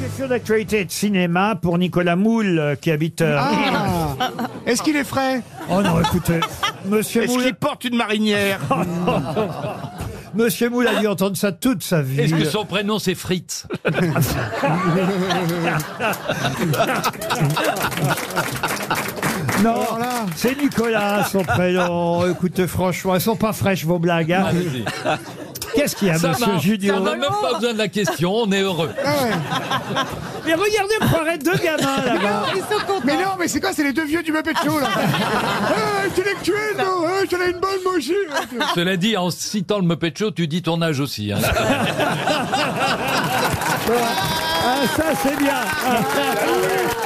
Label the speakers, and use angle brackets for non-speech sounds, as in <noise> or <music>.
Speaker 1: Question d'actualité de cinéma pour Nicolas Moule, euh, qui habite... euh,
Speaker 2: Ah Est-ce qu'il est frais
Speaker 1: Oh non,
Speaker 3: <laughs>
Speaker 1: écoutez, Monsieur
Speaker 4: Est-ce
Speaker 1: Moule...
Speaker 4: qu'il porte une marinière
Speaker 1: Monsieur Moule a dû entendre ça toute sa vie.
Speaker 3: Est-ce que son prénom c'est Fritz
Speaker 1: Non,
Speaker 2: Alors là.
Speaker 1: c'est Nicolas, son
Speaker 3: <laughs>
Speaker 1: prénom. Écoutez, franchement, elles sont pas fraîches, vos blagues. hein. Qu'est-ce qu'il y a,
Speaker 3: Ah, Ça
Speaker 1: Monsieur
Speaker 3: marche.
Speaker 1: Judio
Speaker 3: On n'a même pas besoin de la question, on est heureux.
Speaker 1: Mais regardez, on croirait deux gamins, là-bas.
Speaker 2: <laughs>
Speaker 3: <laughs>
Speaker 2: Mais non, mais c'est quoi C'est les deux vieux du Muppet
Speaker 4: <laughs>
Speaker 2: Show, là Ah, Intellectuel, non Ah, J'en ai une bonne, moi aussi
Speaker 3: Cela dit, en citant le Muppet Show, tu dis ton âge aussi. hein.
Speaker 1: Ah, ça, c'est bien. Ah,